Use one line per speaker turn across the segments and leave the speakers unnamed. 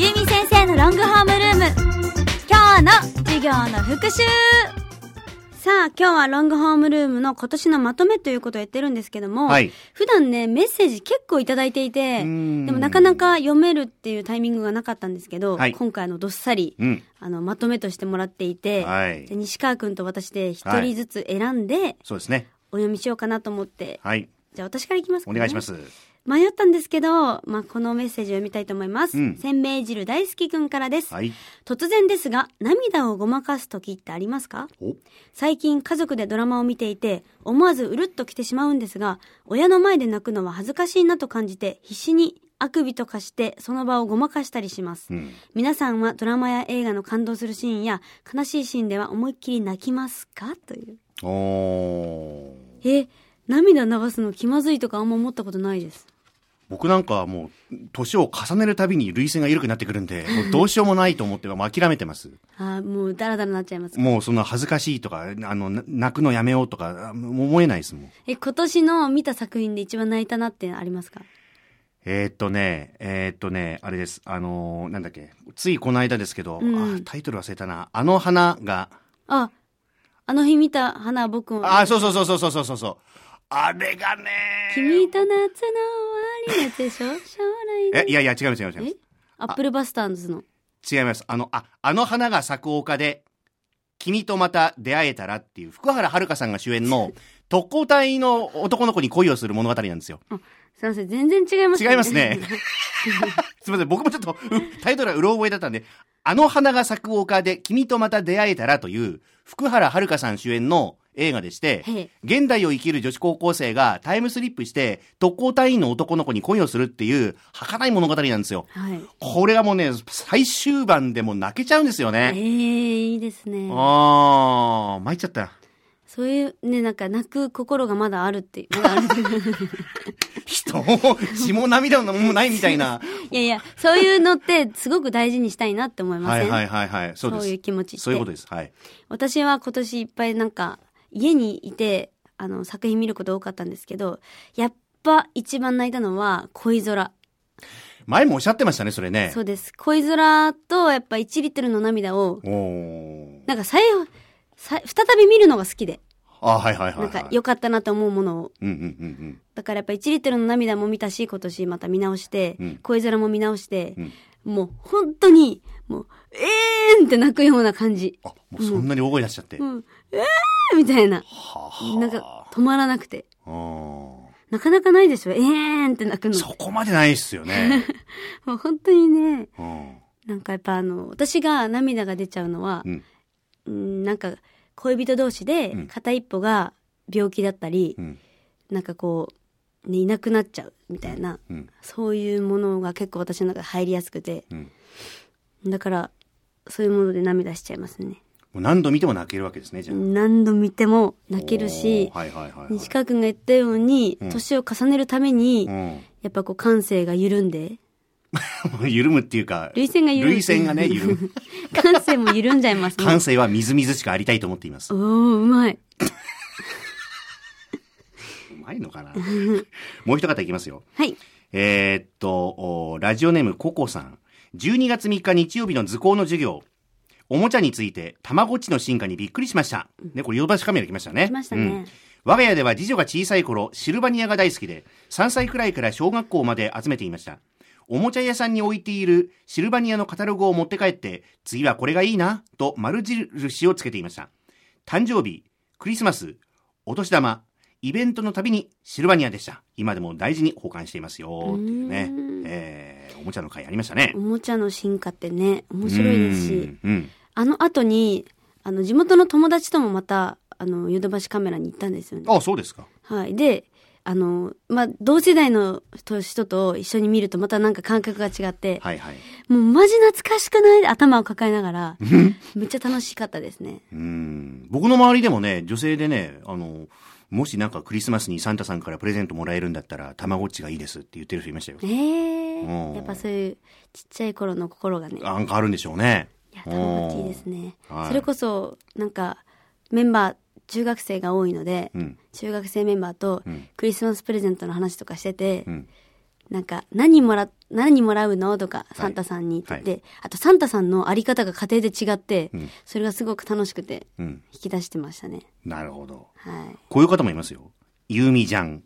ロングホームルーム今日の授業の復習さあ、今日はロングホームルームの今年のまとめということをやってるんですけども、
はい
普段ね、メッセージ結構いただいていて、で
ん
もなかなか読めるっていうタイミングがなかったんですけど、
はい
今回あのどっさり、
うん
あの、まとめとしてもらっていて、
はい
で西川くんと私で一
は
人
い
ずつ選んで
そうですね。
お読みしようかなと思って、
はい。
じゃあ私からいきますか、
お
ね。
願いします。
迷ったんですけど、まあ、このメッセージを読みたいと思います。
うん
鮮明汁大好きくんからです。
はい。
突然ですが、涙をごまかす時ってありますか
お
最近家族でドラマを見ていて、思わずうるっと来てしまうんですが、親の前で泣くのは恥ずかしいなと感じて、必死にあくびとかして、その場をごまかしたりします。
うん。
皆さんはドラマや映画の感動するシーンや、悲しいシーンでは思いっきり泣きますかという。
おー
え、涙流すの気まずいとかあんま思ったことないです。
僕なんかはもう、年を重ねるたびに涙腺が緩くなってくるん で、もうどうしようもないと思って、もう諦めてます。
あーもうダラダラなっちゃいます。
もうそんな恥ずかしいとか、あの、な泣くのやめようとか、あもう思えないですもん。
え、今年の見た作品で一番泣いたなってありますか
えーっとね、えーっとね、あれです。あのーなんだっけ。ついこの間ですけど、
うん
あタイトル忘れたな。あの花が、
あ、あの日見た花は僕も。
あ、そうそうそうそうそうそうそう。あれがね
君と夏の終わりのやつでし ょ将来
え
の。、
いやいや、違います違います違いま
え
す。
アップルバスターズの。
違います。あの、あ、あの花が咲く丘で、君とまた出会えたらっていう、福原遥さんが主 演の、特攻隊の男の子に恋をする物語なんですよ。
すいません、全然違います。
違いますねすみません、僕もちょっと、うタイトルはうろ覚えだったんで、あの花が咲く丘で君とまた出会えたらという、福原遥さん主演の映画でして
へえ、
現代を生きる女子高校生がタイムスリップして、特攻隊員の男の子に恋をするっていう、儚い物語なんですよ。
はい。
これがもうね、最終盤でもう泣けちゃうんですよ
え
ね。
ー、いいですね。
あー、参っちゃった。
そういう、ね、なんか泣く心がまだあるっていう。まだある
人を血も涙もないみたいな。
いやいや、そういうのってすごく大事にしたいなって思いま
は
せん
いはいはいはい。そうです。
そういう気持ちって
そういうことです。はい。
私は今年いっぱいなんか家にいてあの作品見ること多かったんですけどやっぱ一番泣いたのは恋空
前もおっしゃってましたね、それね。
そうです恋空とやっぱ1リットルの涙を
おー。
なんか再再再び見るのが好きで
あ、はいはい
なん
はい、はい。
か良かったなと思うものを
うんうんうん
だからやっぱ1リットルの涙も見たし今年また見直して、
うん
恋空も見直して、
うん
もう本当にもうえーんって泣くような感じ
うん。あ、もうそんなに大声出しちゃって。
うんえーんみたいな
はあ、
なんか止まらなくて
あー
なかなかないでしょえーんって泣くの
そこまでないっすよね。
もう本当にね、
うん。
なんかやっぱあの、私が涙が出ちゃうのは
う、ん。
うん、なんか恋人同士で
うん
片一方が病気だったり
う、ん。
なんかこう、ね、いなくなっちゃうみたいな、
うん。
そういうものが結構私の中で入りやすくて、
うん。も
だから、そういうもので涙しちゃいますね。
う何度見ても泣けるわけですね、じゃあ。
何度見ても泣けるし
お、ーはいはいはい、はい。
西川くんが言ったように、
うん
年を重ねるために、
うん。
やっぱこう感性が緩んで、
緩むっていうか、
涙腺が緩む
涙腺がね、緩む。
感性も緩んじゃいますね
感。性はみずみずしくありたいと思っています。
お
う
ー、うまい。
まいのかな もう一方いきますよ。
はい。
えーっと、おラジオネームココさん。12月3日日曜日の図工の授業。おもちゃについて、たまごっちの進化にびっくりしました。ね、これヨドバシカメラ来ましたね。
来ましたね
うん我が家では次女が小さい頃、シルバニアが大好きで、3歳くらいから小学校まで集めていました。おもちゃ屋さんに置いているシルバニアのカタログを持って帰って、次はこれがいいな、と丸印をつけていました。誕生日、クリスマス、お年玉、イベントのたびにシルバニアでした。今でも大事に保管していますよ。っていうね
うーん。
えー、おもちゃの会ありましたね
お。もちゃの進化ってね、面白いです
う
し
ん、。うん
あの後に、あの、地元の友達ともまた、あの、ヨドバシカメラに行ったんですよね。
あ、そうですか。
はい。で、あの、まあ、同世代の人人と一緒に見るとまたなんか感覚が違って、
はいはい。
もうマジ懐かしくない頭を抱えながら、めっちゃ楽しかったですね。
うん。僕の周りでもね、女性でね、あの、もしなんかクリスマスにサンタさんからプレゼントもらえるんだったら、たまごっちがいいですって言ってる人いましたよ
え。え
うん
やっぱそういうちっちゃい頃の心がね、
あなんかあるんでしょうね。
いや、たまごっちいいですね。
はい
それこそ、なんか、メンバー、中学生が多いので、
うん。
中学生メンバーと
うん
クリスマスプレゼントの話とかしてて、
うん。
なんか何もらっ何もらうのとか、サンタさんにって言って、あとサンタさんのあり方が家庭で違って、
うん
それがすごく楽しくて、
うん。
引き出してましたね。
なるほど。
はい。
こういう方もいますよ。ゆうみじゃん。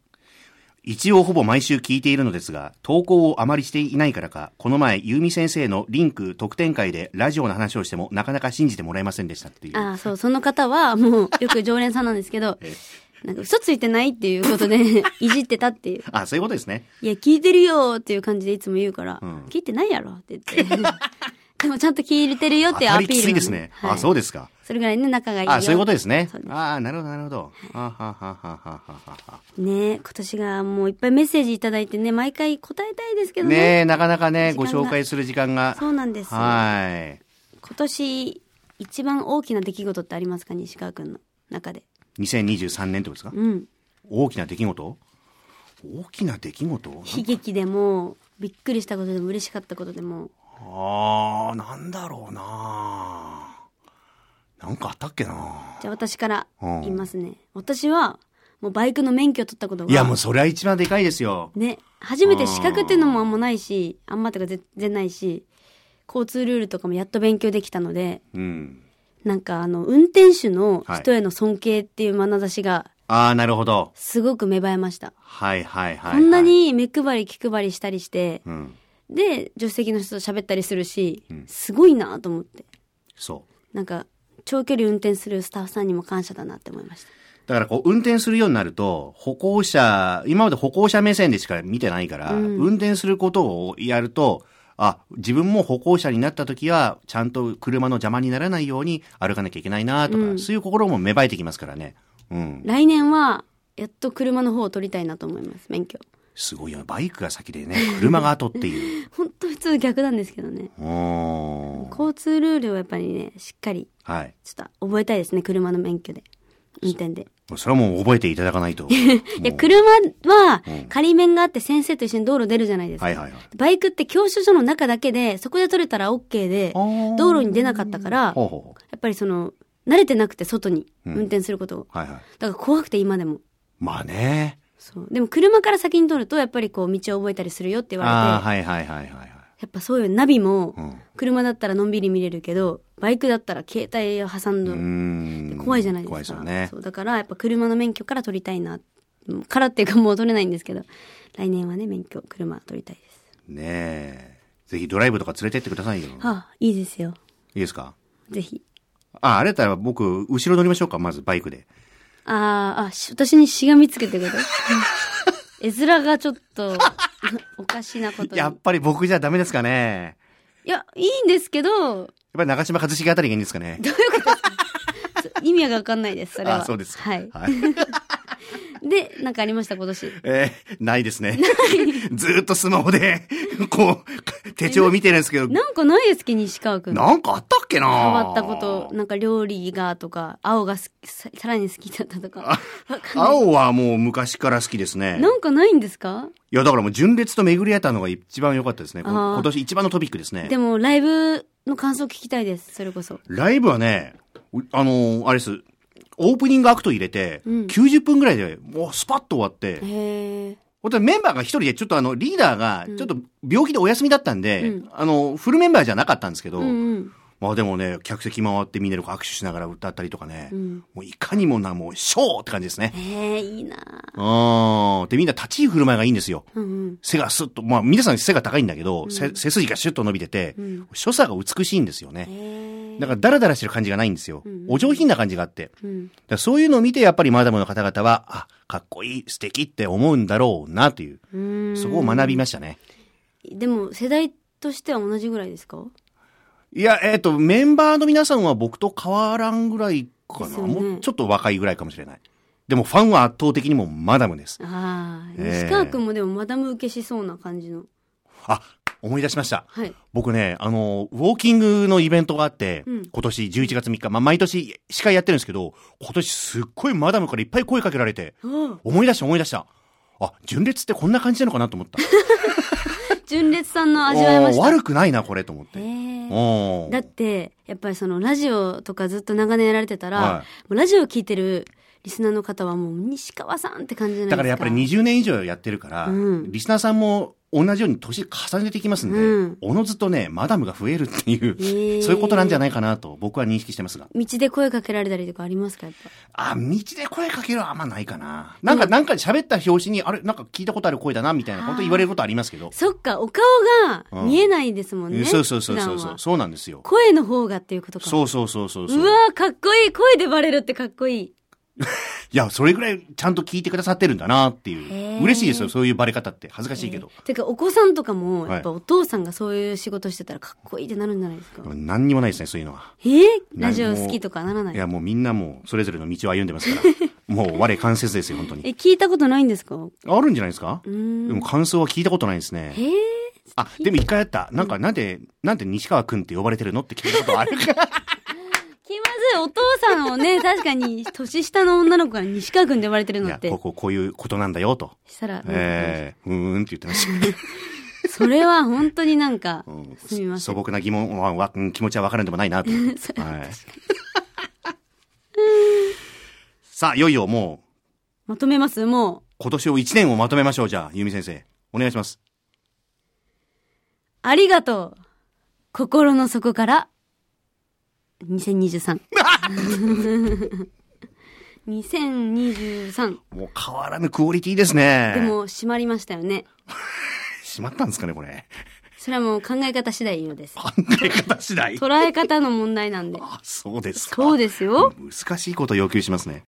一応ほぼ毎週聞いているのですが、投稿をあまりしていないからか、この前、ゆうみ先生のリンク特典会でラジオの話をしても、なかなか信じてもらえませんでしたっていう。
ああ、そう、その方は、もう、よく常連さんなんですけ ど、なんか嘘ついてないっていうことで、 いじってたっていう。
あ、そういうことですね。
いや、聞いてるよっていう感じでいつも言うから、
ん
聞いてないやろって 言って。でもちゃんと聞いてるよっ
当
ていう
た
ア
り
ピール
き
なの。
ついですね。
はい
あ、そうですか。
それぐらいね、仲がいいよ。
あ、そういうことですね
そう。で
ああ、なるほど、なるほど。あははははははは。
すねえ今年がもういっぱいメッセージいただいてね、毎回答えたいですけどね。
ねえ、なかなかね、
時
ご
間が
紹介する時間が。
そうなんですよ
は
今年、一番大きな出来事ってありますか西川くんの中で。
い。2023年ってことですか
うん。
大きな出来事大きな出来事
悲劇でも、びっくりしたことでも嬉しかったことでも。
ああ、なんだろうな。なんかあったっけな。
じゃあ私から
うん
言いますね。私は、もうバイクの免許を取ったことが。
いや、もうそれは一番でかいですよ。
ね、初めて資格っていうのもあんまないし、あんまとか全然ないし、交通ルールとかもやっと勉強できたので、
うん。
なんかあの、運転手の人への尊敬っていう眼差しが
ああ、なるほど。
すごく芽生えました。
はいはいはい、は
こ
い。
んな。に目配り気配りしたりして、
うん。
で、助手席の人と喋ったりするし、すごいなと思って。
そう。
なんか、長距離運転するスタッフさんにも感謝だなって思いました。
だからこう、運転するようになると、歩行者、今まで歩行者目線でしか見てないから、運転することをやると、あ、自分も歩行者になった時は、ちゃんと車の邪魔にならないように歩かなきゃいけないなとか、そういう心も芽生えてきますからね。うん。
来年は、やっと車の方を取りたいなと思います、免許。
すごいよね。バイクが先でね、車が後っ ていう。
ほんと普通逆なんですけどね。
うーん。
交通ルールをやっぱりねしっかり
はい。
ちょっと覚えたいですね車の免許で運転で。
それはもう覚えていただ かないと。
いや車は仮免があって先生と一緒に道路出るじゃないですか。
はいはいはい。
バイクって教習所の中だけでそこで取れたら OK で
あー
道路に出なかったから
ほうほうほ
やっぱりその慣れてなくて外に
うん
運転することを、
う。はいはい。
だから怖くて今でも
まあね。
そうでも車から先に取るとやっぱりこう道を覚えたりするよって言われて、
ああ、はいはいはいはいはい。
やっぱそういうナビも
うん
車だったらのんびり見れるけどバイクだったら携帯を挟ん
う
ど
ーん。
怖いじゃないですか。
怖いですよね
そ。うだからやっぱ車の免許から取りたいな。からっていうかもう取れないんですけど、来年はね、免許、車取りたいです。
ねえ。ぜひドライブとか連れてってくださいよ。い
ああ、いいですよ。
いですか
ぜひ。
あ、あれだったら僕、後ろ乗りましょうか、まずバイクで。
ああ、あ、し私にしがみつけて くれた。うん絵面がちょっと、おかしなことに。い
や
や
っ、ぱり僕じゃダメですかね。
いいんですけど、ど
やっぱり長島一茂あたりがいいんですかね。
意味がわかんないです、それは。
あ、そうですか。
はい。
はい。
で、なんかありました、今年。
えーないですね。 ずーっとスマホで、こう、手帳を見てるんですけど、
なんかないですっけ、西川くん。変
なんかあったっけな
わったこと、。なんか料理がとか、青が好きささらに好きだったとか。わかんない
青はもう昔から好きですね。
なんかないんですか
いや、だからもう純烈と巡り合えたのが一番良かったですね。こ
あー
今年一番のトピックです ね
で。もライブの感想聞きたいですそれこそ
ライブはね、うあのーあれです。オープニングアクト入れて、90分ぐらいで、もうスパッと終わって、
へえ
本当にメンバーが一人で、ちょっとあの、リーダーが、ちょっと病気でお休みだったんで、あの、フルメンバーじゃなかったんですけど、
うんうん
まあでもね、客席回ってみんなでこう握手しながら歌ったりとかね、
ん
もういかにもな、もう、ショーって感じですね。
へえいいな
うん。で、みんな立ち居振る舞いがいいんですよ。
うんうん
背がスッと、まあ皆さん背が高いんだけど、背背筋がシュッと伸びてて、所作が美しいんですよね。
へえ
だからダラダラしてる感じがないんですよ。お上品な感じがあって。
うん
だからそういうのを見てやっぱりマダムの方々は、あ、かっこいい、素敵って思うんだろうなという、
うーん
そこを学びましたね。
でも世代としては同じぐらいですか
いや、えっ、と、メンバーの皆さんは僕と変わらんぐらいか
ですよ
な。
ね
もうちょっと若いぐらいかもしれない。でもファンは圧倒的にもうマダムです。
ああ
ええ
西川君もでもマダム受けしそうな感じの
あ、思い出しました。
はい
僕ね、あの、ウォーキングのイベントがあって、
うん
今年11月3日、まあ、毎年司会やってるんですけど、今年すっごいマダムからいっぱい声かけられて、
あ
思い出した思い出した。あ、純烈ってこんな感じなのかなと思った。
あ純烈さんの 味わいまし
おー
た
悪くないな、これと思って。
へえ
おー
だってやっぱりそのラジオとかずっと長年やられてたら、
はい
もうラジオ聞いてるリスナーの方はもう西川さんって感じじゃないですか
だからやっぱり20年以上やってるから、
うん
リスナーさんも同じように年重ねてきますんで、
うん
おのずとね、マダムが増えるっていう、
ー
そういうことなんじゃないかなと僕は認識してますが。
道で声かけられたりとかありますかやっぱ
あ、道で声かけるはあんまないかな。なんか、なんか喋った表紙に、あれ、なんか聞いたことある声だな、みたいなこと言われることありますけど。
そっかお顔が見えないですもんね、
えそうそうそうそ
普
うそ
段は
う。そうなんですよ。
声の方がっていうことか
そうそうそうそうそうう。
わーかっこいい声でバレるってかっこいい
いや、それぐらいちゃんと聞いてくださってるんだなってい
へー
う。嬉しいですよ、そういうバレ方って。恥ずかしいけど。
てかお子さんとかも
はい
やっぱお父さんがそういう仕事してたらかっこいいってなるんじゃないですか、
何にもないですね、そういうのは。
えーラジオ好きとかならない
いや、もうみんなもう、それぞれの道を歩んでますから。 もう、我関節ですよ、本当
え
に。
聞いたことないんですかう
あるんじゃないですか
ー
で
ん
も感想は聞いたことないですね。
へえ
あ、でも一回あった。なんか、なんで、なんで西川くんって呼ばれてるのって聞いたことあるか。
気まずいお父さんを ね確かに年下の女の子が西川君で呼ばれてる
い
の
や、
って
ここ、こういうことなんだよ、と。
したら、
ええうーんって言って まし
それは本当になんか
たうん。
すみま せん
素朴な疑問は、わうん気持ちはわからんでもない な、と思って
そ
はい。さあ、いよいよもう、
まとめますもう
今年を1年をまとめましょう、じゃあ、ゆみ先生。お願いします。
ありがとう心の底から2023 2023
もう変わらぬクオリティですね。
で、も閉まりましたよね
しまったんですかね、これ。
それはもう考え方次第のです
考え方次第。
捉え方の問題なんで
あ、そうですか。
そうですよ
難しいことを要求しますね。